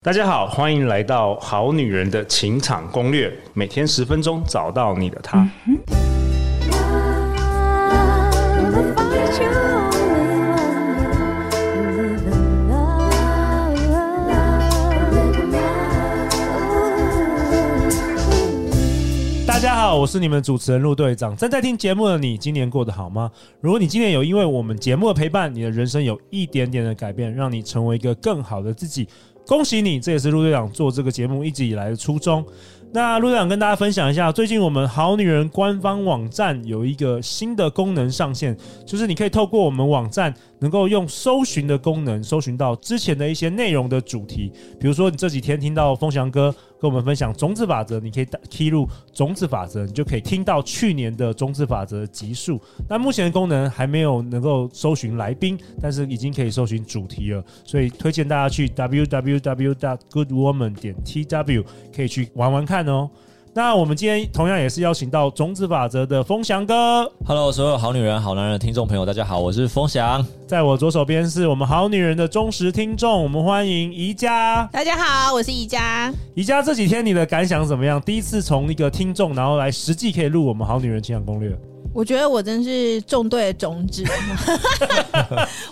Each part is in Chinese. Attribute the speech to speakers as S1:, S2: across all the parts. S1: 大家好，欢迎来到《好女人的情场攻略》，每天十分钟，找到你的
S2: 嗯
S1: 他。
S3: Love, find your only one. Live in love, live in love.
S2: 大家好，我是你们主持人陆队长。正在听节目的你，今年过得好吗？如果你今年有因为我们节目的陪伴，你的人生有一点点的改变，让你成为一个更好的自己，恭喜你！这也是陆队长做这个节目一直以来的初衷。那陆队长跟大家分享一下，最近我们好女人官方网站有一个新的功能上线，就是你可以透过我们网站，能够用搜寻的功能搜寻到之前的一些内容的主题。比如说，你这几天听到风翔哥跟我们分享种子法则，你可以打 key 入种子法则，你就可以听到去年的种子法则的集数。那目前的功能还没有能够搜寻来宾，但是已经可以搜寻主题了，所以推荐大家去 www. good woman 点 tw 可以去玩玩看哦。那我们今天同样也是邀请到种子法则的风翔哥，
S4: Hello，所有好女人、好男人的听众朋友，大家好，我是风翔。
S2: 在我左手边是我们好女人的忠实听众，我们欢迎宜家。
S5: 大家好，我是宜家。
S2: 宜家这几天你的感想怎么样？第一次从一个听众，然后来实际可以录我们好女人情感攻略。
S5: 我觉得我真是种对了种 子，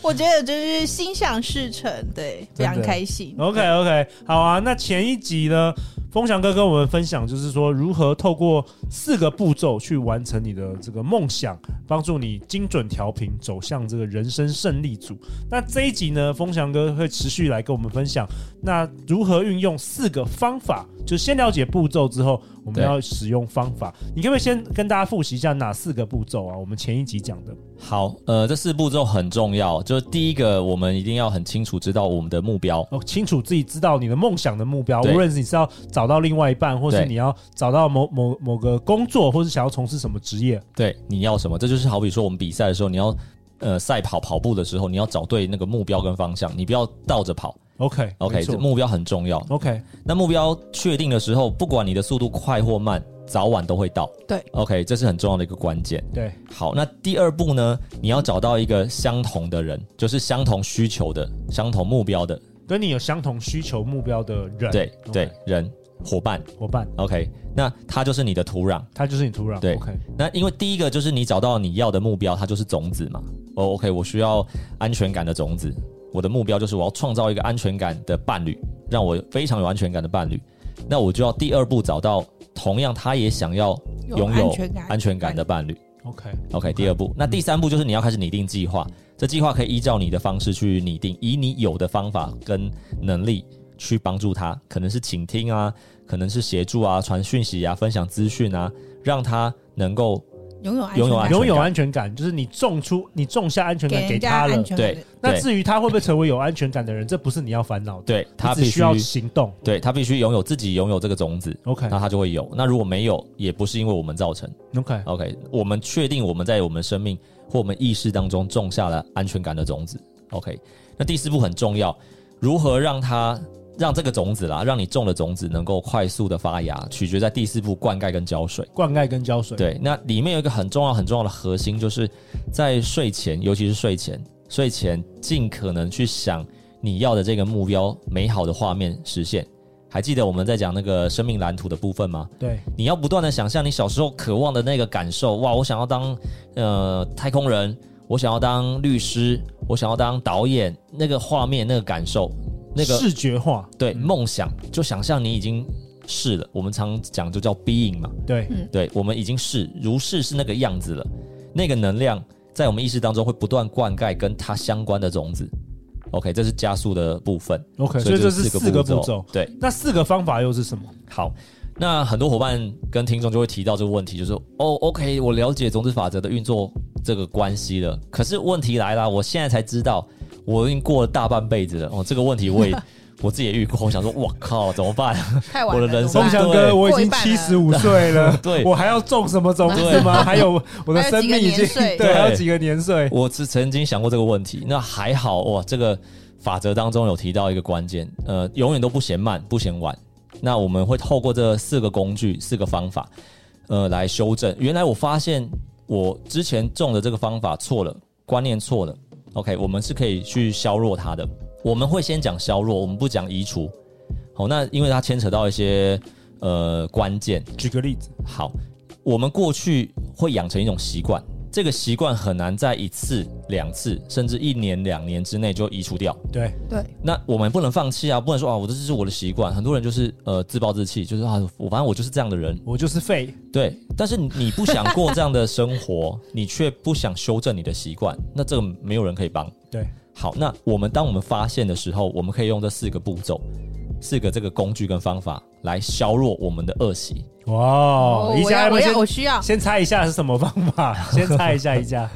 S5: 我觉得真是心想事成，对，非常开心。
S2: OK OK，好啊。那前一集呢，风翔哥跟我们分享，就是说如何透过四个步骤去完成你的这个梦想，帮助你精准调频，走向这个人生胜利组。那这一集呢，风翔哥会持续来跟我们分享，那如何运用四个方法，就先了解步骤之后，我们
S4: 对
S2: 要使用方法。你可不可以先跟大家复习一下哪四个步骤啊？我们前一集讲的。
S4: 好，呃，这四步骤很重要，就是第一个，我们一定要很清楚知道我们的目标。
S2: 哦，清楚自己知道你的梦想的目标，无
S4: 对
S2: 论是你是要找到另外一半，或是
S4: 对
S2: 你要找到某某某个工作，或是想要从事什么职业。
S4: 对，你要什么？这就是好比说我们比赛的时候，你要呃赛跑跑步的时候，你要找对那个目标跟方向，你不要倒着跑。
S2: OK 没
S4: OK，
S2: 错
S4: 这目标很重要。
S2: OK
S4: 那目标确定的时候，不管你的速度快或慢，早晚都会到。
S5: 对
S4: ，OK，这是很重要的一个关键。
S2: 对
S4: 好，那第二步呢？你要找到一个相同的人，就是相同需求的、相同目标的
S2: 跟你有相同需求目标的人，
S4: 对
S2: OK，
S4: 对，人伙伴
S2: 伙伴，
S4: ，OK，那他就是你的土壤。
S2: 他就是你土壤。
S4: 对
S2: OK
S4: 那因为第一个就是你找到你要的目标，它就是种子嘛。哦、o k 我需要安全感的种子，我的目标就是我要创造一个安全感的伴侣，让我非常有安全感的伴侣。那我就要第二步找到同样他也想要
S5: 有
S4: 拥有
S5: 安全感
S4: 安全感的伴侣。
S2: OK
S4: OK，第二步，那第三步就是你要开始拟定计划。这计划可以依照你的方式去拟定，以你有的方法跟能力去帮助他，可能是倾听啊，可能是协助啊，传讯息啊，分享资讯啊，让他能够
S5: 拥有安
S4: 拥有安全感
S2: 拥有安全感，就是你种出你种下安全感
S5: 给
S2: 给
S5: 人家
S2: 他了
S5: 安。全感
S4: 对
S2: 嗯那
S4: 对
S2: 至于他会不会成为有安全感的人，这不是你要烦恼的，
S4: 对他
S2: 你只
S4: 必
S2: 需
S4: 须
S2: 要行动。
S4: 对他必须拥有自己拥有这个种子，
S2: OK
S4: 那他就会有。那如果没有，也不是因为我们造成。
S2: OK
S4: OK，我们确定我们在我们生命或我们意识当中种下了安全感的种子。OK，那第四步很重要，如何让它让这个种子啦，让你种的种子能够快速的发芽，取决在第四步灌溉跟浇水。
S2: 灌溉跟浇水。
S4: 对，那里面有一个很重要很重要的核心，就是在睡前，尤其是睡前，睡前尽可能去想你要的这个目标美好的画面实现。还记得我们在讲那个生命蓝图的部分吗？
S2: 对
S4: 你要不断的想象你小时候渴望的那个感受，哇，我想要当呃太空人，我想要当律师，我想要当导演，那个画面那个感受，那个
S2: 视觉化。
S4: 对梦想，就想象你已经是了。我们常讲就叫 being 嘛，
S2: 对
S5: 嗯
S4: 对，我们已经是如是是那个样子了，那个能量在我们意识当中会不断灌溉跟它相关的种子。OK，这是加速的部分。
S2: OK，所以这是
S4: 就是
S2: 四个步骤。
S4: 对，
S2: 那四个方法又是什么？
S4: 好，那很多伙伴跟听众就会提到这个问题，就是说哦，OK，我了解种子法则的运作这个关系了。可是问题来啦，我现在才知道，我已经过了大半辈子了。哦，这个问题我也我自己也遇过，我想说，我靠，怎么办？
S5: 太晚了，
S4: 我的人
S5: 怎
S4: 生
S2: 风
S5: 么办
S2: 翔
S4: 对
S2: 哥，我已
S5: 过一
S2: 经
S5: 半
S2: 七
S5: 了
S2: 十五岁了，
S4: 对
S2: 我还要种什么种子吗？还有我的
S5: 还有
S2: 生
S5: 几个
S2: 命已经
S5: 年岁
S2: 对，
S4: 对
S2: 还有几个年岁？
S4: 我是曾经想过这个问题。那还好哇，这个法则当中有提到一个关键，呃，永远都不嫌慢，不嫌晚。那我们会透过这四个工具、四个方法，呃，来修正。原来我发现我之前中的这个方法错了，观念错了。OK，我们是可以去削弱它的。我们会先讲削弱，我们不讲移除。好，那因为它牵扯到一些呃关键，
S2: 举个例子，
S4: 好，我们过去会养成一种习惯，这个习惯很难在一次、两次，甚至一年、两年之内就移除掉。
S2: 对，
S5: 对，
S4: 那我们不能放弃啊，不能说啊，我这就是我的习惯。很多人就是呃自暴自弃，就是啊，我反正我就是这样的人。
S2: 我就是废，
S4: 对，但是你你不想过这样的生活， 你却不想修正你的习惯，那这个没有人可以帮。
S2: 对，
S4: 好，那我们当我们发现的时候，我们可以用这四个步骤、四个这个工具跟方法来削弱我们的恶习。哦
S2: 哇，宜
S5: 我
S2: 家
S5: 要
S2: 要不
S5: 哦我
S2: 要
S5: 要我
S2: 先
S5: 需要
S2: 先猜一下是什么方法？先猜一下，宜家，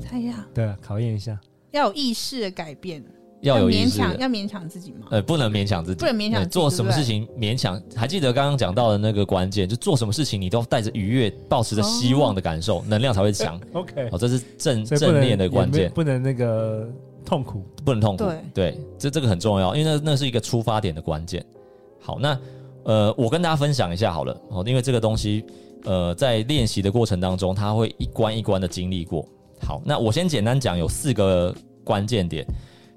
S5: 猜一下，
S2: 对，考验一下，
S5: 要有意识的改变，
S4: 要有意
S5: 勉
S4: 识的
S5: 强，要勉强自己吗？
S4: 呃，不能勉强自己，
S5: 不能勉强
S4: 呃
S5: 自己
S4: 做
S5: 对
S4: 什
S5: 不
S4: 么
S5: 对
S4: 事情勉强。还记得刚刚讲到的那个关键，就做什么事情你都带着愉悦，保持着希望的感
S5: 哦
S4: 受，能量才会强。
S2: OK，
S4: 哦，这是正
S2: 所以不能
S4: 正念的关
S2: 也
S4: 键
S2: 没，不能那个痛苦。
S4: 不能痛苦。
S5: 对
S4: 这这个很重要，因为那那是一个出发点的关键。好，那呃，我跟大家分享一下好了，哦，因为这个东西，呃，在练习的过程当中，它会一关一关的经历过。好，那我先简单讲，有四个关键点。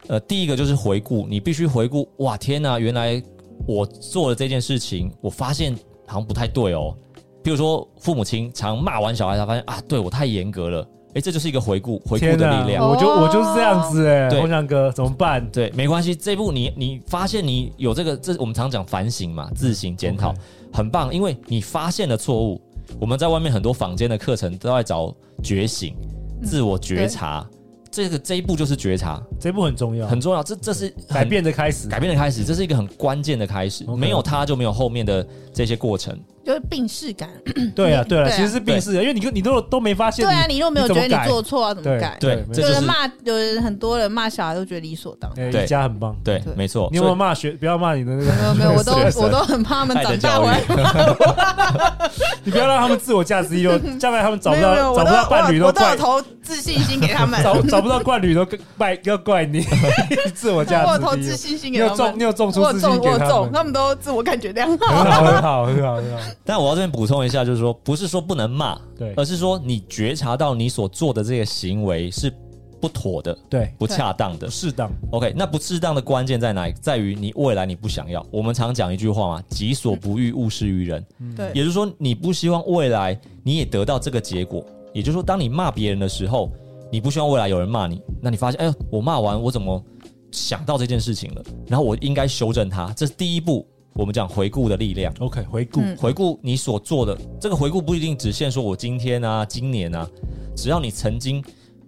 S4: 呃，第一个就是回顾，你必须回顾，哇，天呐，原来我做了这件事情，我发现好像不太对哦。比如说，父母亲常骂完小孩，他发现啊，对我太严格了。诶，这就是一个回顾，回顾
S2: 天
S4: 的
S2: 哪
S4: 力量。
S2: 我就
S5: 哦
S2: 我就是这样子哎，
S4: 对
S2: 洪亮哥怎么办？
S4: 对，没关系，这部你你发现你有这个，这我们常讲反省嘛，自省检讨
S2: 嗯 OK
S4: 很棒，因为你发现了错误。我们在外面很多坊间的课程都在找觉醒、
S2: 嗯
S4: 自我觉察，这个这一步就是觉察，
S2: 这步很重要，
S4: 很重要。这这是很
S2: 啊改变的开始。
S4: 改变的开始，这是一个很关键的开始。
S2: OK
S4: 没有它就没有后面的这些过程。
S5: 就是病视感。
S2: 对啊，对啊，
S5: 对啊
S2: 其实是病逝的，因为你你都都没发现。
S5: 对啊，
S2: 你
S5: 你又没有
S2: 怎
S5: 觉
S2: 么
S5: 得你
S2: 改
S5: 做错啊，怎么
S2: 对
S5: 改？
S4: 对
S2: 没
S4: 这就
S5: 有
S2: 错
S5: 人
S4: 是
S5: 骂，有人很多人骂小孩都觉得理所 当然。
S2: 哎
S4: 对哦
S2: 宜家很棒。
S4: 对，
S5: 对
S4: 没错。
S2: 你有没有骂学？不要骂你的那
S5: 没有
S2: 个，
S5: 没有，我都
S2: 学生
S5: 我都很怕他们
S4: 爱的
S5: 长大
S4: 教育
S5: 回来，
S2: 你不要让他们自我价值 低落，将来他们找不
S5: 没有没有
S2: 到
S5: 我
S2: 找不
S5: 都
S2: 到伴侣
S5: 我
S2: 都
S5: 我都有
S2: 怪
S5: 投自信心给他们，
S2: 找找不到伴侣都怪要怪 你自我价
S5: 我有
S2: 值
S5: 投
S2: 低
S5: 自
S2: 落。
S5: 信心
S2: 你
S5: 给他
S2: 有
S5: 们
S2: 中，你有中出
S5: 我
S2: 自
S5: 有
S2: 信
S5: 中，
S2: 给
S5: 我有
S2: 他
S5: 中，
S2: 们，
S5: 他们都自我感觉良好。
S2: 很好，很好，很好，很 好。
S4: 但我要这边补充一下，就是说，不是说不能骂，
S2: 对
S4: 而是说你觉察到你所做的这个行为是不妥的、
S2: 对，
S4: 不恰当的
S2: 不。适当。
S4: OK，那不适当的关键在哪里？在于你未来你不想要。我们常讲一句话嘛，“己所不欲，勿施于人”，
S5: 对
S4: 也就是说，你不希望未来你也得到这个结果。也就是说，当你骂别人的时候，你不希望未来有人骂你，那你发现，哎呦，我骂完我怎么想到这件事情了？然后我应该修正它，这是第一步。我们讲回顾的力量。
S2: OK，回顾
S5: 嗯
S4: 回顾你所做的，这个回顾不一定只限说我今天啊、今年啊，只要你曾经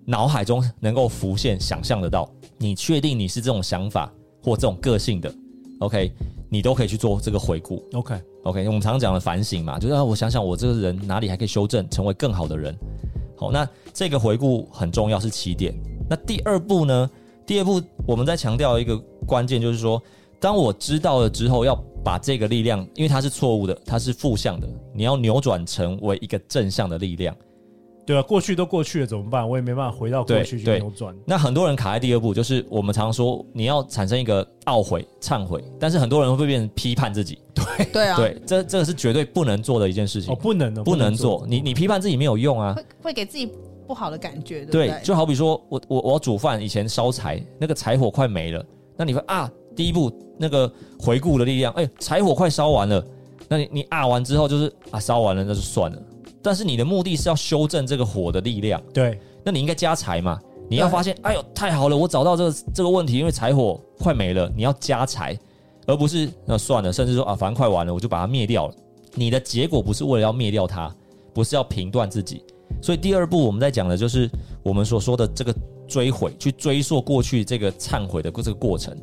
S4: 脑海中能够浮现、想象得到，你确定你是这种想法或这种个性的，OK，你都可以去做这个回顾。
S2: OK，
S4: OK，我们常讲的反省嘛，就是啊，我想想我这个人哪里还可以修正，成为更好的人。好，那这个回顾很重要，是起点。那第二步呢？第二步我们在强调一个关键，就是说，当我知道了之后，要把这个力量，因为它是错误的，它是负向的，你要扭转成为一个正向的力量。
S2: 对啊，过去都过去了，怎么办？我也没办法回到过
S4: 对
S2: 去去
S4: 对
S2: 扭转。
S4: 那很多人卡在第二步，就是我们常说你要产生一个懊悔、忏悔，但是很多人会变成批判自己。
S5: 对啊，
S4: 对，这这个是绝对不能做的一件事情。
S2: 哦，不能的，
S4: 不能做，你你批判自己没有用啊。
S5: 会会给自己不好的感觉，对不
S4: 对，就好比说我我我要煮饭，以前烧柴，那个柴火快没了，那你会啊，第一步那个回顾的力量，哎、柴火快烧完了，那你你啊完之后就是啊烧完了那就算了，但是你的目的是要修正这个火的力量，
S2: 对，
S4: 那你应该加柴嘛，你要
S5: 对
S4: 发现，哎呦太好了，我找到这个这个问题，因为柴火快没了，你要加柴，而不是那算了，甚至说啊反正快完了，我就把它灭掉了。你的结果不是为了要灭掉它，不是要评断自己。所以第二步我们在讲的就是我们所说的这个追悔，去追溯过去这个忏悔的这个过程。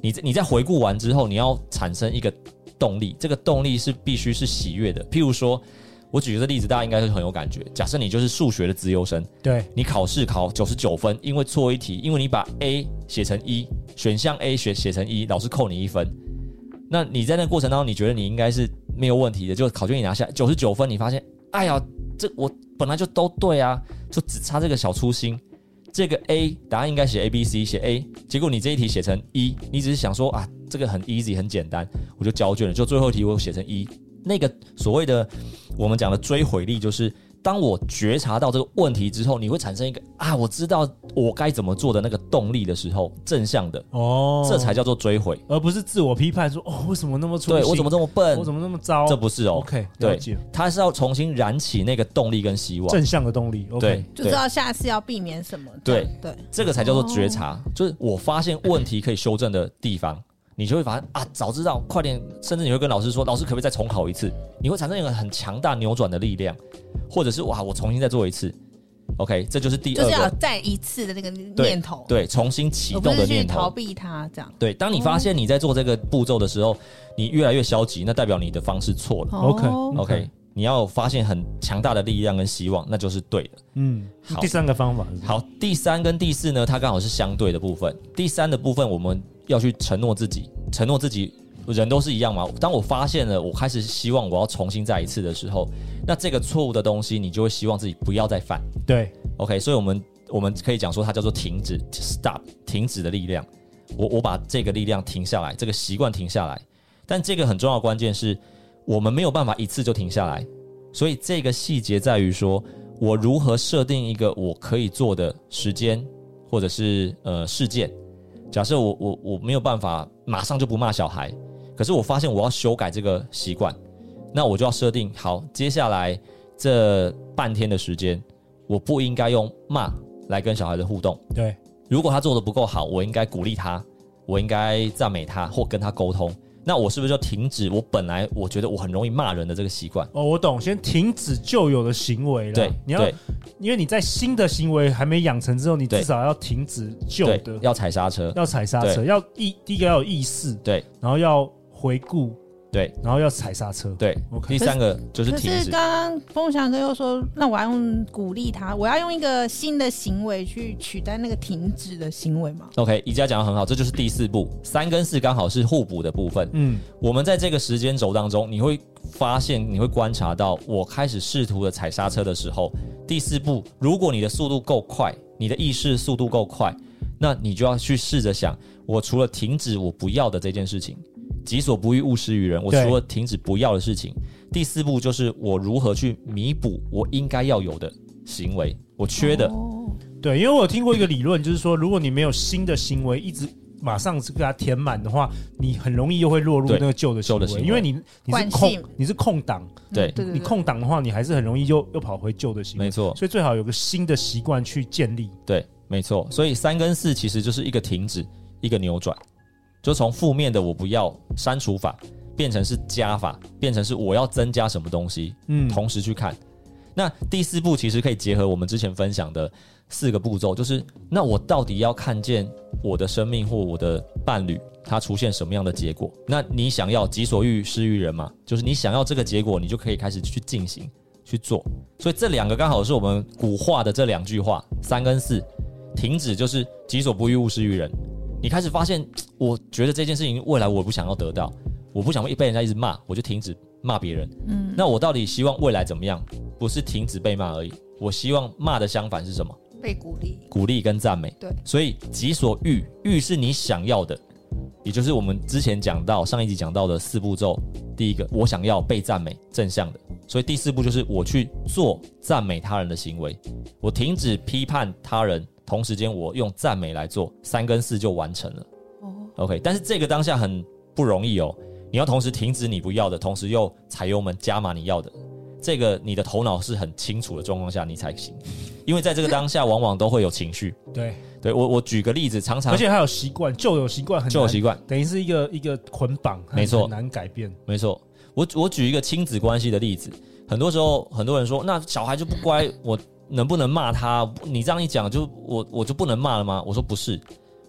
S4: 你在你在回顾完之后，你要产生一个动力，这个动力是必须是喜悦的。譬如说，我举个例子，大家应该是很有感觉。假设你就是数学的资优生，
S2: 对，
S4: 你考试考九十九分，因为错一题，因为你把 A 写成一，选项 A 写写成一，老师扣你一分。那你在那个过程当中，你觉得你应该是没有问题的，就考卷你拿下九十九分，你发现，哎呀，这我本来就都对啊，就只差这个小粗心。这个 A 答案应该写 A B C 写 A，结果你这一题写成一，你只是想说啊，这个很 easy 很简单，我就交卷了。就最后一题我写成一，那个所谓的我们讲的追回力，就是当我觉察到这个问题之后，你会产生一个啊，我知道我该怎么做的那个动力的时候，正向的，
S2: 哦，
S4: 这才叫做追悔。
S2: 而不是自我批判说哦，为什么那么粗心？
S4: 对我怎么这么笨
S2: 我？怎么那么糟？
S4: 这不是哦
S2: OK，了
S4: 对
S2: 解，
S4: 它是要重新燃起那个动力跟希望。
S2: 正向的动力。
S4: 对
S2: OK，，
S5: 就
S4: 对
S5: 知道下次要避免什么。
S4: 对
S5: 对，
S4: 这个才叫做觉
S5: 哦
S4: 察，就是我发现问题可以修正的地方，你就会发现啊，早知道快点，甚至你会跟老师说，老师可不可以再重考一次？你会产生一个很强大扭转的力量，或者是哇，我重新再做一次，OK，这就是第
S5: 就
S4: 二
S5: 是要
S4: 个
S5: 再一次的那个
S4: 对
S5: 念头，
S4: 对，重新启
S5: 而不
S4: 动的
S5: 是去
S4: 念
S5: 逃
S4: 头。
S5: 避它这样。
S4: 对，当你发现你在做这个步骤的时候，你越来越消极，那代表你的方式错了。
S2: OK
S5: 哦
S4: OK，你要发现很强大的力量跟希望，那就是对的。
S2: 嗯，
S4: 好
S2: 第三个方法是
S4: 好，第三跟第四呢，它刚好是相对的部分。第三的部分，我们要去承诺自己，承诺自己，人都是一样嘛。当我发现了，我开始希望我要重新再一次的时候，那这个错误的东西，你就会希望自己不要再犯。
S2: 对
S4: OK，所以我们我们可以讲说，它叫做停止 （stop） 停止的力量。我我把这个力量停下来，这个习惯停下来。但这个很重要的关键是，我们没有办法一次就停下来，所以这个细节在于说我如何设定一个我可以做的时间，或者是呃事件。假设我我我没有办法马上就不骂小孩，可是我发现我要修改这个习惯，那我就要设定好接下来这半天的时间，我不应该用骂来跟小孩的互动。
S2: 对
S4: 如果他做的不够好，我应该鼓励他，我应该赞美他或跟他沟通。那我是不是就停止我本来我觉得我很容易骂人的这个习惯？
S2: 哦，我懂，先停止旧有的行为了。
S4: 对，
S2: 啊你要
S4: 对
S2: 因为你在新的行为还没养成之后，你
S4: 对
S2: 至少要停止旧
S4: 对
S2: 的，
S4: 要踩刹车。
S2: 要踩刹车，
S4: 对
S2: 要意第一个要有意识，
S4: 对
S2: 然后要回顾，
S4: 对
S2: 然后要踩刹车。
S4: 对
S2: OK
S4: 第三个就是
S5: 可
S4: 停
S5: 是
S4: 止。
S5: 刚刚风翔哥又说，那我要用鼓励他，我要用一个新的行为去取代那个停止的行为嘛？
S4: OK，宜家讲的很好，这就是第四步，三跟四刚好是互补的部分。
S2: 嗯，
S4: 我们在这个时间轴当中，你会发现，你会观察到，我开始试图的踩刹车的时候，第四步，如果你的速度够快，你的意识速度够快，那你就要去试着想，我除了停止我不要的这件事情，己所不欲，勿施于人，我除
S2: 对
S4: 了停止不要的事情，第四步就是我如何去弥补我应该要有的行为，我缺的，
S5: 哦
S2: 对，因为我有听过一个理论，就是说，如果你没有新的行为，一直马上是给它填满的话，你很容易又会落入
S4: 对
S2: 那个旧的行
S4: 旧的
S2: 为，
S4: 行为
S2: 因为你你是
S5: 惯
S2: 空
S5: 性
S2: 你是空档，
S4: 对，
S5: 嗯对对
S2: 你
S5: 对，
S2: 空档的话，你还是很容易又又跑回旧的行为
S4: 没，错，
S2: 所以最好有个新的习惯去建立。
S4: 对，没错。所以三跟四其实就是一个停止，一个扭转，就从负面的我不要删除法变成是加法，变成是我要增加什么东西，
S2: 嗯，
S4: 同时去看。那第四步其实可以结合我们之前分享的四个步骤，就是那我到底要看见我的生命或我的伴侣它出现什么样的结果？那你想要己所欲施于人嘛？就是你想要这个结果，你就可以开始去进行去做。所以这两个刚好是我们古话的这两句话，三跟四，停止就是己所不欲，勿施于人。你开始发现，我觉得这件事情未来我不想要得到，我不想被人家一直骂，我就停止骂别人。
S5: 嗯，
S4: 那我到底希望未来怎么样？不是停止被骂而已，我希望骂的相反是什么？
S5: 被鼓励。
S4: 鼓励跟赞美。
S5: 对，
S4: 所以己所欲，欲是你想要的，也就是我们之前讲到上一集讲到的四步骤。第一个，我想要被赞美，正向的。所以第四步就是我去做赞美他人的行为，我停止批判他人，同时间我用赞美来做，三跟四就完成了。
S5: 哦，
S4: OK，但是这个当下很不容易哦，你要同时停止你不要的，同时又踩油门加码你要的，这个你的头脑是很清楚的状况下你才行，因为在这个当下往往都会有情绪。
S2: 对，
S4: 对我，我举个例子，常常
S2: 而且还有习惯，旧有习惯很
S4: 就有
S2: 难，
S4: 习惯，
S2: 等于是一个一个捆绑，很
S4: 没错
S2: 很难改变。
S4: 没错。我我举一个亲子关系的例子，很多时候很多人说，那小孩就不乖，我能不能骂他？你这样一讲，就我我就不能骂了吗？我说不是，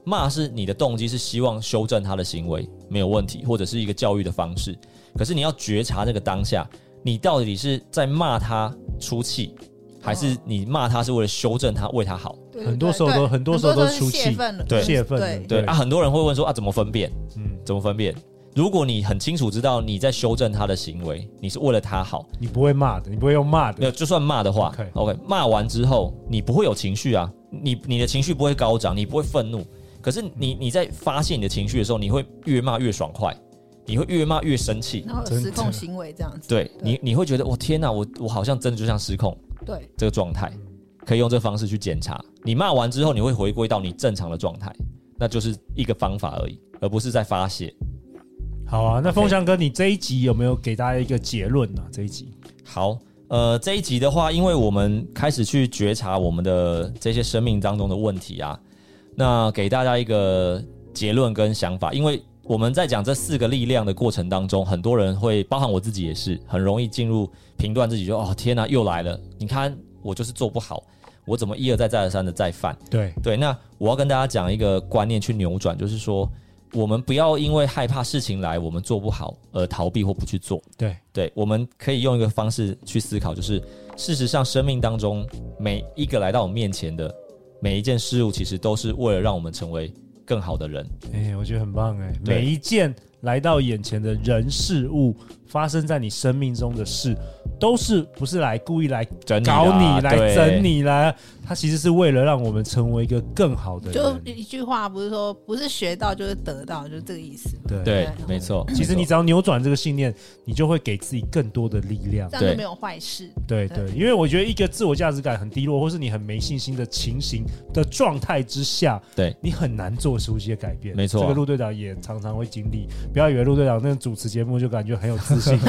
S4: 骂是你的动机是希望修正他的行为，没有问题，或者是一个教育的方式。可是你要觉察这个当下，你到底是在骂他出气，还是你骂他是为了修正他，为他好？
S5: 对
S2: 很多时候都
S5: 对
S2: 很
S5: 很
S2: 多时候都
S5: 是
S2: 出
S5: 泄
S2: 气
S5: 愤了，嗯
S4: 对
S2: 泄愤了
S5: 对
S4: 对啊，很多人会问说啊，怎么分辨？
S2: 嗯，
S4: 怎么分辨？如果你很清楚知道你在修正他的行为，你是为了他好，
S2: 你不会骂的，你不会用骂
S4: 没
S2: 的，
S4: 有，就算骂的话
S2: OK
S4: ，OK，骂完之后你不会有情绪啊，你你的情绪不会高涨，你不会愤怒。可是你你在发泄你的情绪的时候，你会越骂越爽快，你会越骂越生气。
S5: 然后有
S2: 真的
S5: 失控行为这样子，
S4: 对
S5: 对
S4: 你，你会觉得我天哪，我我好像真的就像失控，
S5: 对，
S4: 这个状态，可以用这个方式去检查。你骂完之后，你会回归到你正常的状态，那就是一个方法而已，而不是在发泄。
S2: 好啊，那风翔哥，你这一集有没有给大家一个结论呢、这一集
S4: 好，呃，这一集的话，因为我们开始去觉察我们的这些生命当中的问题啊，那给大家一个结论跟想法，因为我们在讲这四个力量的过程当中，很多人会，包含我自己也是，很容易进入评断自己就，哦天哪、又来了，你看我就是做不好，我怎么一而再再而三的再犯。
S2: 对
S4: 对，那我要跟大家讲一个观念去扭转，就是说，我们不要因为害怕事情来，我们做不好而逃避或不去做。
S2: 对
S4: 对，我们可以用一个方式去思考，就是事实上，生命当中每一个来到我们面前的每一件事物，其实都是为了让我们成为更好的人。
S2: 哎、我觉得很棒哎、
S4: 对
S2: 每一件来到眼前的人事物，发生在你生命中的事，都是不是来故意来
S4: 整
S2: 搞
S4: 啦
S2: 你、来
S4: 啊对
S2: 整你、来，他其实是为了让我们成为一个更好的
S5: 就
S2: 人。
S5: 一句话不是说不是学到就是得到，就是这个意思嘛。
S2: 对
S4: 对
S5: 对，
S4: 没错。
S2: 其实
S4: 没
S2: 你
S4: 错
S2: 只要扭转这个信念，你就会给自己更多的力量
S5: 这。样
S4: 对
S5: 就没有坏事。
S2: 对对，因为我觉得一个自我价值感很低落，或是你很没信心的情形的状态之下，
S4: 对
S2: 你很难做出一些改变。
S4: 没错
S2: 这个陆队长也常常会经历。不要以为陆队长那个主持节目就感觉很有自 信，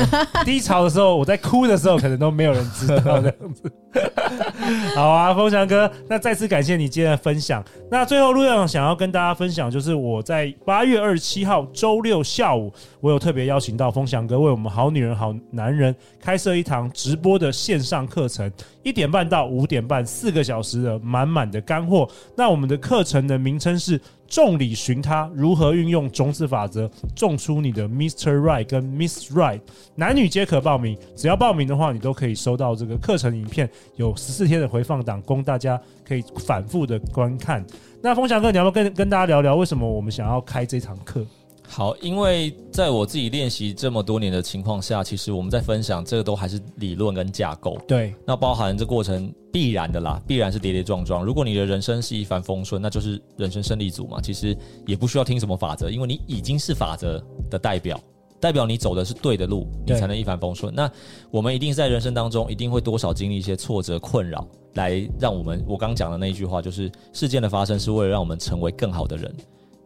S2: 低潮的时候我在哭的时候，可能都没有人知道这样子。 好啊，风翔哥，那再次感谢你今天的分享。那最后陆队长想要跟大家分享，就是我在八月二十七号周六下午，我有特别邀请到风翔哥为我们好女人好男人开设一堂直播的线上课程，一点半到五点半，四个小时的呃满满的干货。那我们的课程的名称是。众里寻他，如何运用种子法则种出你的 Mr. Right 跟 Miss Right，男女皆可报名。只要报名的话，你都可以收到这个课程影片，有十四天的回放档，供大家可以反复的观看。那风翔哥，你要不要跟跟大家聊聊为什么我们想要开这堂课？
S4: 好，因为在我自己练习这么多年的情况下，其实我们在分享这个都还是理论跟架构。
S2: 对，
S4: 那包含这过程必然的啦，必然是跌跌撞撞。如果你的人生是一帆风顺，那就是人生胜利组嘛。其实也不需要听什么法则，因为你已经是法则的代表，代表你走的是对的路，你
S2: 对
S4: 才能一帆风顺。那我们一定在人生当中一定会多少经历一些挫折、困扰，来让我们我刚讲的那一句话，就是事件的发生是为了让我们成为更好的人。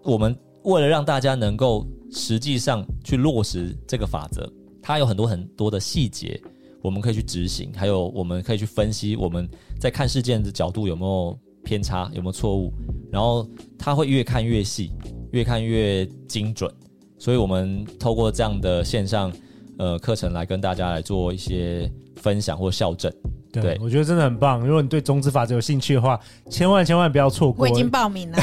S4: 我们为了让大家能够实际上去落实这个法则，它有很多很多的细节，我们可以去执行，还有我们可以去分析我们在看事件的角度有没有偏差，有没有错误，然后它会越看越细，越看越精准。所以我们透过这样的线上呃课程来跟大家来做一些分享或校正。
S2: 对，
S4: 对
S2: 我觉得真的很棒。如果你对中子法则有兴趣的话，千万千万不要错过。
S5: 我已经报名了，啊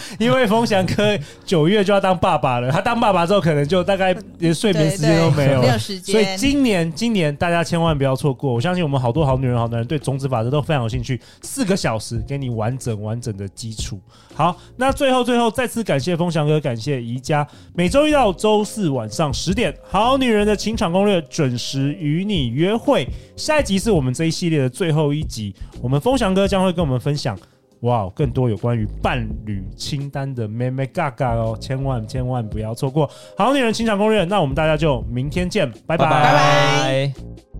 S2: 因为风翔哥九月就要当爸爸了，他当爸爸之后可能就大概连睡眠时间都没有
S5: 没有
S2: 了。
S5: 时
S2: 所以
S5: 间。
S2: 今年，今年大家千万不要错过。我相信我们好多好女人、好男人对种子法则都非常有兴趣。四个小时给你完整完整的基础。好，那最后最后再次感谢风翔哥，感谢宜家。每周一到周四晚上十点，《好女人的情场攻略》准时与你约会。下一集是我们这一系列的最后一集，我们风翔哥将会跟我们分享。哇，更多有关于伴侣清单的妹妹嘎嘎哦，千万千万不要错过《好女人情场攻略》。那我们大家就明天见，拜
S4: 拜
S2: 拜
S5: 拜